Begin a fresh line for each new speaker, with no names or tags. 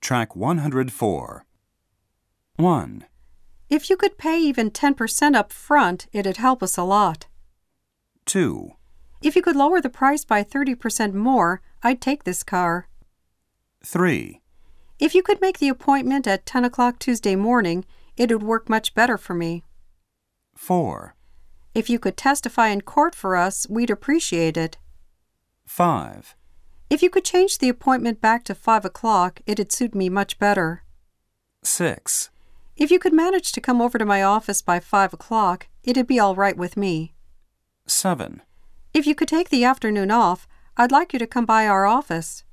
Track 104. 1,
If you could pay even 10% up front, it'd help us a lot.
2,
If you could lower the price by 30% more, I'd take this car.
3,
If you could make the appointment at 10 o'clock Tuesday morning, it would work much better for me.
4,
If you could testify in court for us, we'd appreciate it.
5,
If you could change the appointment back to 5 o'clock, it'd suit me much better.
6,
If you could manage to come over to my office by 5 o'clock, it'd be all right with me.
7.
If you could take the afternoon off, I'd like you to come by our office.